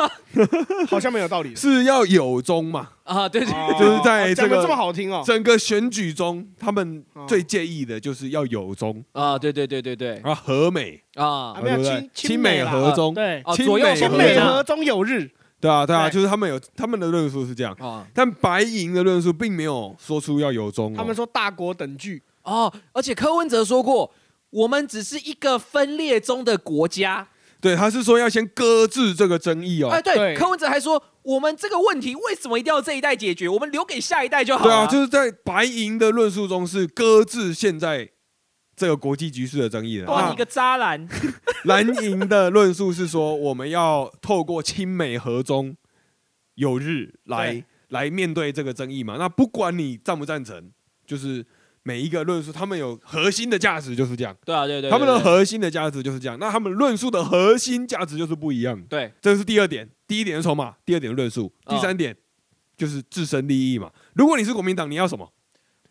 C: 好像没有道理
A: 是要有中嘛？
B: 啊，对对 对
A: 就是在
C: 哦
A: 这个
C: 讲的这么好听哦，
A: 整个选举中，他们
C: 哦
A: 最介意的就是要有中
B: 啊，对对对对对
A: 啊，和美
B: 啊
C: 啊，没有
A: 对不对
C: 亲
A: 亲美
C: 啦
A: 和中
C: 对，
B: 哦
A: 亲
B: 左右啊
A: 美
C: 亲
B: 和
C: 美
B: 中
C: 和中有日，
A: 对啊，对啊，
C: 对
A: 就是他们有他们的论述是这样，
B: 啊
A: 但白银的论述并没有说出要有中、哦，
C: 他们说大国等距，
B: 哦，而且柯文哲说过，我们只是一个分裂中的国家。
A: 对，他是说要先搁置这个争议哦。
B: 哎，对，
C: 对
B: 柯文哲还说，我们这个问题为什么一定要这一代解决？我们留给下一代就好
A: 对
B: 了。
A: 啊，就是在白银的论述中是搁置现在这个国际局势的争议的。
B: 哇，
A: 那
B: 你个渣男！
A: 蓝银的论述是说，我们要透过亲美和中有日来
C: 对
A: 来面对这个争议嘛。那不管你赞不赞成，就是每一个论述，他们有核心的价值就是这样，
B: 对啊，对对对
A: 他们的
B: 对
A: 核心的价值就是这样。那他们论述的核心价值就是不一样的。
B: 对
A: 这是第二点，第一点是筹码，第二点是论述，
B: 哦
A: 第三点就是自身利益嘛。如果你是国民党，你要什么？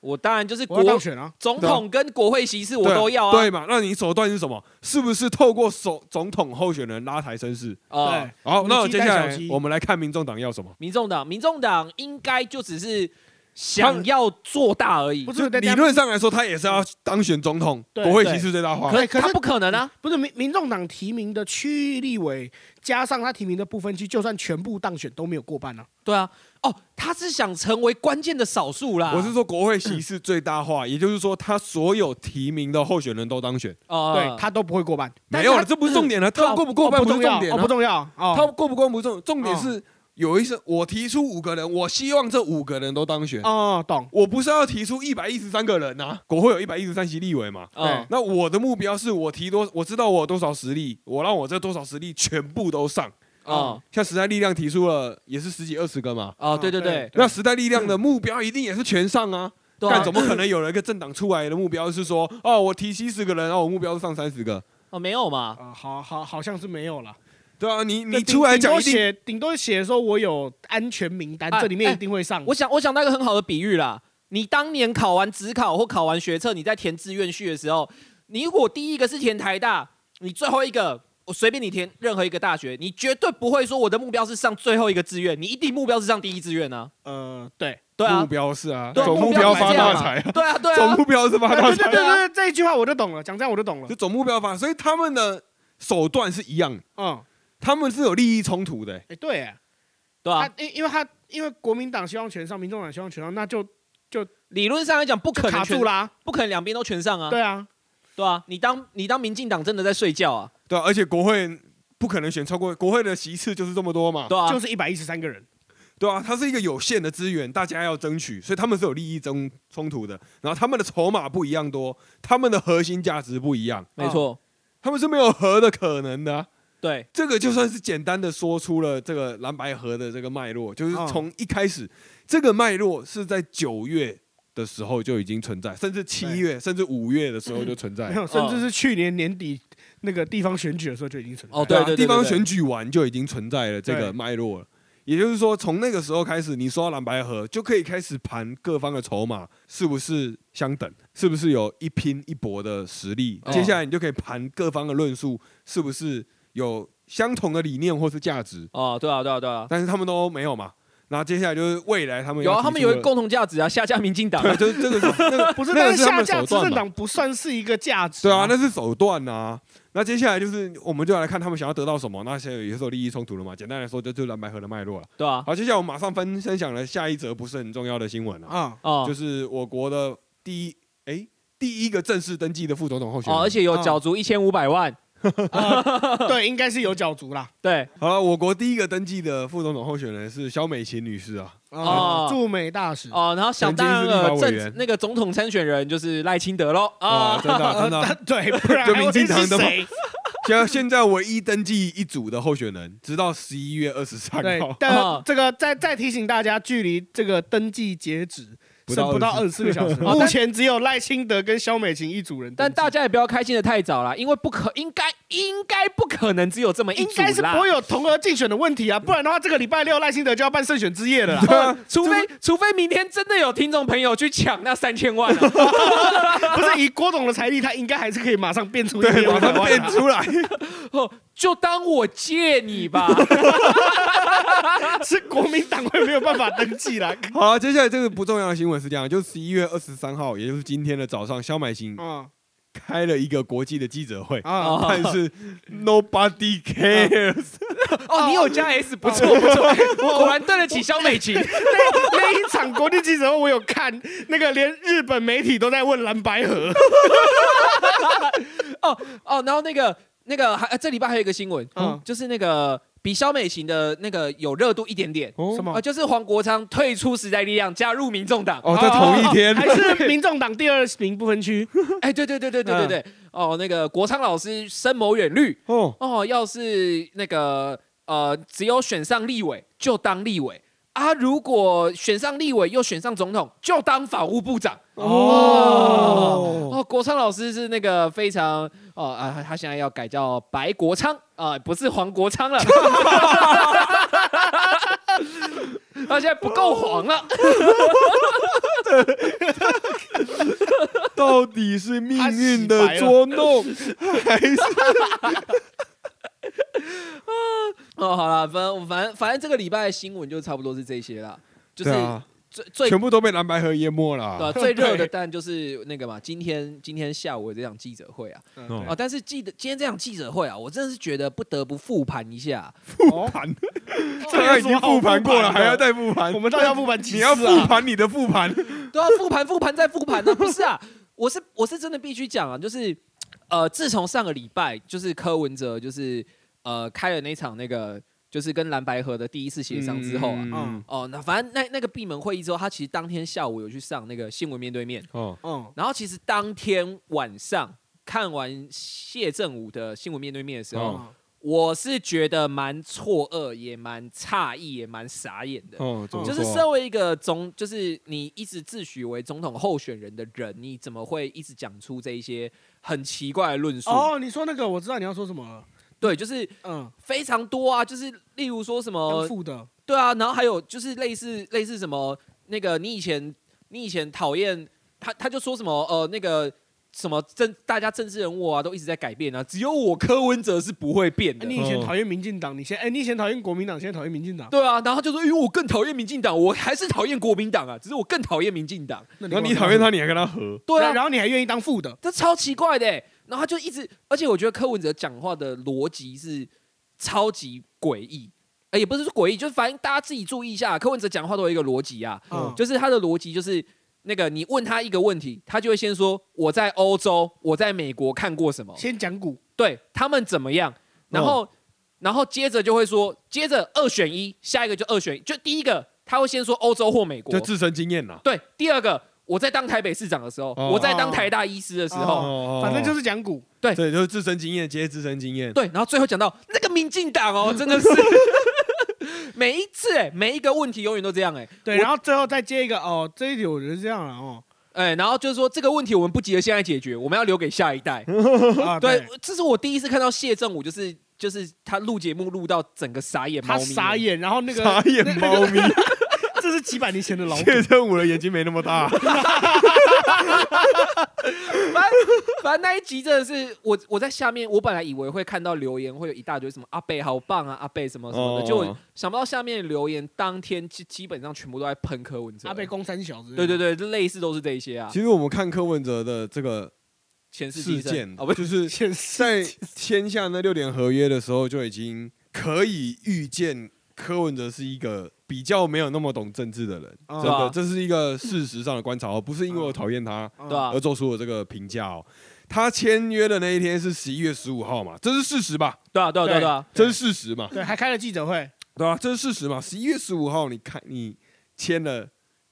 B: 我当然就是
C: 我要
B: 国
C: 当选啊！
B: 总统跟国会席次我
A: 对
B: 都要啊。
A: 对嘛？那你手段是什么？是不是透过总总统候选人拉抬声势？
B: 啊
C: 对，
A: 好，
C: 母鸡
A: 那接下
C: 带
A: 来
C: 小鸡
A: 我们来看民众党要什么。
B: 民众党，民众党应该就只是想要做大而已
C: 不。是
A: 就
C: 大
A: 理
C: 家
A: 论上来说，他也是要当选总统，
C: 对
A: 国会席次最大化。
B: 可
C: 可是
B: 他不可能啊！
C: 不是民民众党提名的区域立委，加上他提名的部分区，就算全部当选都没有过半啊。
B: 对啊，哦，他是想成为关键的少数啦。
A: 我是说国会席次最大化，也就是说他所有提名的候选人都当选。
B: 哦，
C: 对他都不会过半，
A: 啊
B: 但
A: 没
B: 是
A: 有
B: 他
A: 了，这不是重点了，
B: 对啊
A: 他过不过半
C: 哦
A: 不是
C: 重要
A: 重点
C: 哦
A: 啊
C: 不重要
A: 他
C: 哦。
A: 过不过不重，重点是有一些我提出五个人，我希望这五个人都当选。
C: 哦，懂。
A: 我不是要提出一百一十三个人呐、啊国会有一百一十三席立委嘛。
B: 嗯
A: 那我的目标是我提多，我知道我有多少实力，我让我这多少实力全部都上。
B: 哦
A: 像时代力量提出了也是十几二十个嘛，
B: 哦，对对对，
A: 那时代力量的目标一定也是全上啊。
B: 对
A: 但
B: 啊
A: 怎么可能有一个政党出来的目标是说，哦，我提七十个人，然后我目标是上三十个？
B: 哦没有嘛？
C: 啊，好好好像是没有了。
A: 对啊，你你
C: 顶
A: 出来
C: 顶
A: 讲
C: 多
A: 一定啊
C: 写，顶多写说我有安全名单
B: 哎，
C: 这里面一定会上。
B: 我想我想到一个很好的比喻啦，你当年考完职考或考完学测，你在填志愿序的时候，你如果第一个是填台大，你最后一个。我随便你填任何一个大学，你绝对不会说我的目标是上最后一个志愿，你一定目标是上第一志愿呢、
C: 呃， 对，
B: 啊。对啊，
A: 目标是啊，
B: 对啊
A: 总目
B: 目
A: 标
B: 标是
A: 发
B: 这样
A: 大
B: 嘛
A: 财啊，
B: 对啊，对
A: 总
B: 啊，
A: 目标是发
C: 对
A: 大
C: 对
A: 财
C: 对对， 对，这一句话我就懂了，讲这样我就懂了
A: 就。总目标法，所以他们的手段是一样的，
C: 嗯，
A: 他们是有利益冲突的、欸
C: 哎，对，哎
B: 对
C: 他
B: 啊。
C: 因因为他因为国民党希望全上，民众党希望全上，那就
B: 理论上来讲，不可能
C: 卡
B: 全
C: 住，啦。
B: 不可能两边都全上啊。
C: 对啊，
B: 对啊，你当你当民进党真的在睡觉啊？
A: 对啊、而且国会不可能选超过国会的席次就是这么多嘛，
B: 对啊
C: 就，是一百一十三个人。
A: 对啊，它是一个有限的资源，大家要争取，所以他们是有利益争冲突的，然后他们的筹码不一样多，他们的核心价值不一样，
B: 没
C: 哦
B: 错，
A: 他们是没有和的可能的啊、
B: 对
A: 这个就算是简单的说出了这个蓝白河的这个脉络，就是
C: 嗯
A: 从一开始，这个脉络是在九月的 时候就已经存在，甚至七月甚至五月的时候就存在啊
C: 没。有，甚至是去年年底那个地方选举的时候就已经存在。
B: 哦
A: 对啊
B: 对对对
A: 地方
B: 对
A: 选举完就已经存在了这
C: 对
A: 个脉络了。也就是说，从那个时候开始，你说到蓝白河就可以开始盘各方的筹码是不是相等，是不是有一拼一搏的实力。
B: 哦
A: 接下来你就可以盘各方的论述是不是有相同的理念或是价值，
B: 哦，对啊，对啊，对啊，
A: 但是他们都没有嘛。然后接下来就是未来他们
B: 有
A: 要
B: 啊，
A: 提
B: 他们
A: 出
B: 有一
A: 的
B: 个共同价值啊，下架民进党啊。
A: 对，就是这个是那个
C: 不是，
A: 那个
C: 但
A: 是他
C: 下
A: 们
C: 架
A: 手
C: 执
A: 段
C: 政
A: 吧
C: 党不算是一个价值。
A: 对啊，那是手段呐、那接下来就是，我们就来看他们想要得到什么。那现在有些时候利益冲突了嘛，简单来说，这就是蓝白河的脉络了。
B: 对啊，
A: 好，接下来我们马上分分享了下一则不是很重要的新闻啊，
C: 啊，
B: 哦
A: 就，是我国的第一哎、第一个正式登记的副总统候选人。
B: 哦，而且有缴足一千五百万，
C: 对，应该是有角逐啦。
B: 对，
A: 好了，我国第一个登记的副总统候选人是肖美琴女士啊，
B: 哦
C: 驻美大使，
B: 哦，然后想当然
A: 曾经是立
B: 了，
A: 法委
B: 政
A: 员
B: 那个总统参选人就是赖清德喽
A: 啊，
B: 啊，
A: 真的啊、真的 啊、
C: 呃 对，不然
A: 就
C: 还
A: 民进
C: 会
A: 党
C: 是
A: 的嘛
C: 谁？
A: 现现在唯一登记一组的候选人，直到十一月二十三
C: 对
A: 号，，
C: 但
B: 哦
C: 这个再再提醒大家，距离这个登记截止
A: 不
C: 剩
A: 到
C: 不到
A: 24
C: 二十四个小时。
B: 哦
C: 目前只有赖清德跟肖美琴一组人登
B: 但
C: 记，
B: 大家也不要开心的太早了，因为不可应该应该不可能只有这么一
C: 应
B: 组
C: 该是不
B: 啦
C: 会。有同额竞选的问题啊，不然的话，这个礼拜六赖清德就要办胜选之夜了 啦。
A: 对啊，
B: 哦除非除非明天真的有听众朋友去抢那三千万啊，
C: 不是以郭董的财力，他应该还是可以马上变出一
A: 对，
C: 千
A: 马
C: 五
A: 上
C: 百万
A: 变
C: 啊。
A: 出来。
B: 哦就当我借你吧。
C: 是国民党会没有办法登 记啦。
A: 好、接下来这个不重要的新闻是这样，就是十一月二十三号，也就是今天的早上，肖美琴
C: 啊
A: 开了一个国际的记者会，
C: 啊！
A: 但是 nobody cares，
B: 哦，你有加 S，不错不 错，果然对得起肖美琴。
C: 那那一场国际记者会我有看，那个连日本媒体都在问蓝白河。
B: 哦，然后那个那个还呃这礼拜还有一个新闻，
C: 嗯
B: 就是那个比肖美琴的那个有热度一点点
A: 哦
C: 什
B: 啊、
C: 么？
B: 就是黄国昌退出时代力量，加入民众党。
A: 哦，在同一天，
C: 还是民众党第二名不分区。
B: 哎，对对对对对对
A: 嗯
B: 对，哦，那个国昌老师深谋远虑，
A: 哦，
B: 哦，要是那个呃，只有选上立委就当立委。啊！如果选上立委又选上总统，就当法务部长。
A: 哦
B: 哦，国昌老师是那个非常哦啊，他现在要改叫白国昌啊、不是黄国昌了， 他现在不够黄了。
A: 到底是命运的捉弄，还是
B: 哦，好了，反反正反正这个礼拜的新闻就差不多是这些啦，就是
A: 对啊，
B: 最最
A: 全部都被蓝白河淹没了
B: 对啊
A: 啊。
B: 最热的
C: 对
B: 当然就是那个嘛，今天今天下午的这场记者会啊，
A: 对
C: 哦
B: 啊，但是记得今天这场记者会啊，我真的是觉得不得不复盘一下，啊
A: 复盘，这个已经复盘过 了，还要再复盘
C: 我，们到底要复盘几
A: 你
C: 次
A: 要
C: 啊？
A: 复盘你的复盘，
B: 都要啊复盘复盘再复盘呢、不是啊，我是我是真的必须讲啊，就是呃，自从上个礼拜就是柯文哲就是呃开了那场那个就是跟蓝白河的第一次协商之后啊。
A: 嗯
C: 嗯
B: 哦，那反正那那个闭门会议之后，他其实当天下午有去上那个新闻面对面，
A: 哦，
C: 嗯，
B: 然后其实当天晚上看完谢振武的新闻面对面的时候，
A: 哦
B: 我是觉得蛮错愕，也蛮诧异，也蛮傻眼的。
A: 哦，怎么
B: 就是
A: 说
B: 身为一个总，就是你一直自诩为总统候选人的人，你怎么会一直讲出这一些很奇怪的论述？
C: 哦，你说那个，我知道你要说什么了。
B: 对，就是
C: 嗯，
B: 非常多啊，就是例如说什
C: 当
A: 哦
B: 么，
C: 副的，
B: 对啊，然后还有就是类似类似什么那个你以前你以前讨厌他，他就说什么呃那个。什么政大家政治人物啊，都一直在改变啊，只有我柯文哲是不会变
C: 哎
B: 的。
C: 你以前讨厌民进党，你现哎，你以前讨厌国民党，现在讨厌民进党。
B: 对啊，然后他就说，因为我更讨厌民进党，我还是讨厌国民党啊，只是我更讨厌民进党。
C: 那
A: 然后你讨厌他，
C: 他，
A: 你还跟他和，
B: 对啊，
C: 然后你还愿意当副的，
B: 这超奇怪的欸。然后他就一直，而且我觉得柯文哲讲话的逻辑是超级诡异，呃，也不是说诡异，就是反正大家自己注意一下，柯文哲讲话都有一个逻辑啊，
C: 嗯
B: 就是他的逻辑就是那个你问他一个问题，他就会先说我在欧洲，我在美国看过什么，
C: 先讲股，
B: 对他们怎么样，
A: 嗯
B: 然后、然后接着就会说，接着二选一，下一个就二选一，就第一个他会先说欧洲或美国
A: 就，自身经验啦。
B: 对，第二个我在当台北市长的时候，
A: 哦
B: 我在当台大医师的时候。
A: 哦
C: 哦反正就是讲股。
A: 对，就是自身经验接自身经验。
B: 对，然后最后讲到那个民进党 哦，真的是 每一次哎、每一个问题永远都这样哎、
C: 对，
B: 我
C: 然后最后再接一个哦，这一题我觉得是这样了哦，
B: 哎，然后就是说这个问题我们不急着现在解决，我们要留给下一代。
C: 啊，
B: 对，这是我第一次看到谢正武，就是就是他录节目录到整个傻眼猫
C: 他
B: 咪，
C: 傻眼，然后那 个
A: 傻眼
C: 那
A: 猫咪，
C: 这是几百年前的老梗
A: 谢振武的眼睛没那么大，
B: 反正反正那一集真的是我我在下面，我本来以为会看到留言会有一大堆什么阿贝好棒啊，阿贝什么什么的，
A: 哦
B: 就我想不到下面留言当天基基本上全部都在喷柯文哲。
C: 阿贝公三小子，
B: 对对对，类似都是这一些啊，
A: 其实我们看柯文哲的这个
B: 前世今
A: 事
B: 生
A: 件
B: 哦，不是，
A: 就是
C: 现实
A: 在签下那六点合约的时候，就已经可以预见柯文哲是一个比较没有那么懂政治的人，
C: 啊
A: 真
B: 对啊
A: 的，这是一个事实上的观察哦，不是因为我讨厌他
C: 嗯
B: 对啊
A: 而做出我这个评价哦。他签约的那一天是十一月十五号嘛，这是事实吧？
B: 对啊对啊对啊对啊，
A: 这是事实嘛？
C: 对，还开了记者会，
A: 对啊，这是事实嘛？十一月十五号，你看你签了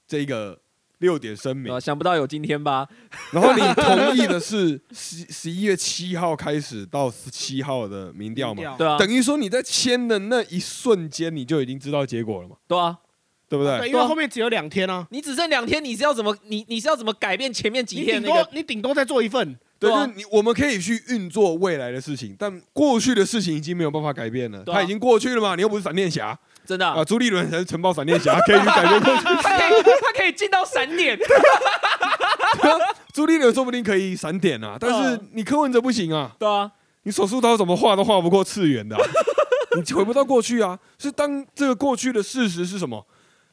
A: 这个六点声明
B: 对啊，想不到有今天吧？
A: 然后你同意的是 十十一月七号开始到十七号的民调嘛？
C: 民
B: 对啊
A: 等于说你在签的那一瞬间，你就已经知道结果了嘛，
B: 对啊，
A: 对不
C: 对，
A: 对？
C: 因为后面只有两天啊，
B: 你只剩两天，你是要怎么你你是要怎么改变前面几
C: 你
B: 天
C: 顶
B: 那
C: 多
B: 个？
C: 你顶多再做一份，
B: 对
A: 对，
B: 啊
A: 就是你我们可以去运作未来的事情，但过去的事情已经没有办法改变了，
B: 对啊
A: 它已经过去了嘛。你又不是闪电侠
B: 真的啊
A: 啊，，朱立伦才是晨报闪电侠，可以去改变过去。
B: 他可以他可以进到闪点，对
A: 朱立伦说不定可以闪点啊，但是你柯文哲不行啊，
B: 啊，
A: 你手术刀怎么画都画不过次元的啊、你回不到过去啊。是当这个过去的事实是什么？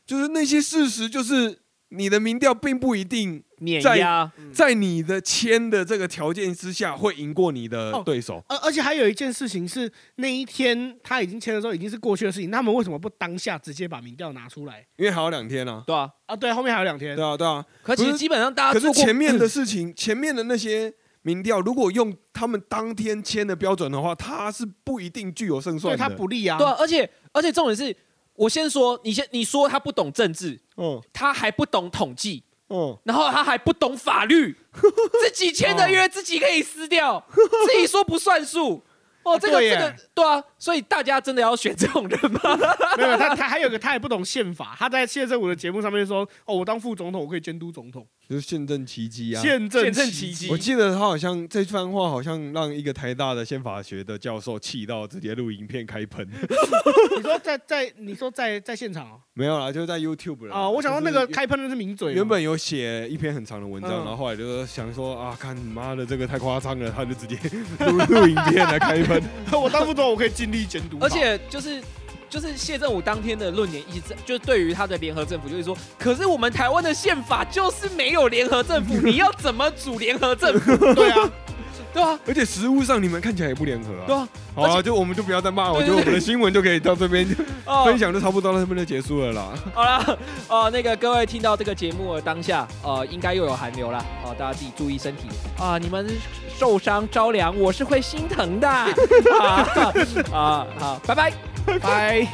A: 就是那些事实，就是你的民调并不一定
B: 碾
A: 在
B: 压
A: 在你的签的这个条件之下会赢过你的对手。
C: 而而且还有一件事情是，那一天他已经签的时候已经是过去的事情，那他们为什么不当下直接把民调拿出来
A: 因为还有两天啊。
B: 对啊，
C: 啊？对，后面还有两天
A: 对，啊，对啊。
B: 可其
A: 不
B: 实
A: 是
B: 基本上大家
A: 可
B: 做
A: 是
B: 过嗯
A: 前面的事情， 前面的那些民调，如果用他们当天签的标准的话，他是不一定具有胜
C: 对
A: 算
C: 他
A: 的。
C: 不利啊。
B: 对啊，而且而且重点是，我先说，你先你说他不懂政治，
A: 嗯
B: 他还不懂统计，
A: 嗯，
B: 然后他还不懂法律，自己签的约自己可以撕掉，自己说不算数。哦，这个
C: 对
B: 这
C: 耶
B: 个对啊，所以大家真的要选这种人吗？
C: 没有他他还有一个他也不懂宪法，他在谢振武的节目上面说，哦，我当副总统我可以监督总统，
A: 就是宪政奇迹啊。
C: 宪政
B: 宪政奇
C: 奇
B: 迹
A: 我记得他好像这番话，好像让一个台大的宪法学的教授气到直接录影片开 喷。
C: 你说在在你说在在现场哦
A: 没有啦，就在 YouTube 啦。
C: 啊？我想到那
A: 就是
C: 个开喷的是名嘴哦，
A: 原本有写一篇很长的文章，
C: 嗯
A: 然后后来就是想说啊，看妈的这个太夸张了，他就直接 录录影片来开 喷。
C: 我当副总统我可以尽力监督法，
B: 而且就是就是谢振武当天的论点一直在就对于他的联合政府，就是说，可是我们台湾的宪法就是没有联合政府，你要怎么组联合政府？
C: 对啊，
B: 对啊，
A: 而且实物上你们看起来也不联合啊。
B: 对啊，
A: 好
B: 而
A: 啊，就我们就不要再骂，我
B: 对
A: 觉得我们的新闻就可以到这边
B: 哦
A: 分享就差不多到这边就结束了啦。
B: 好啦，哦，那个各位听到这个节目的当下，呃，应该又有寒流啦，哦，大家自己注意身体啊、你们受伤着 凉，我是会心疼的啊啊，好，拜拜。
C: 拜。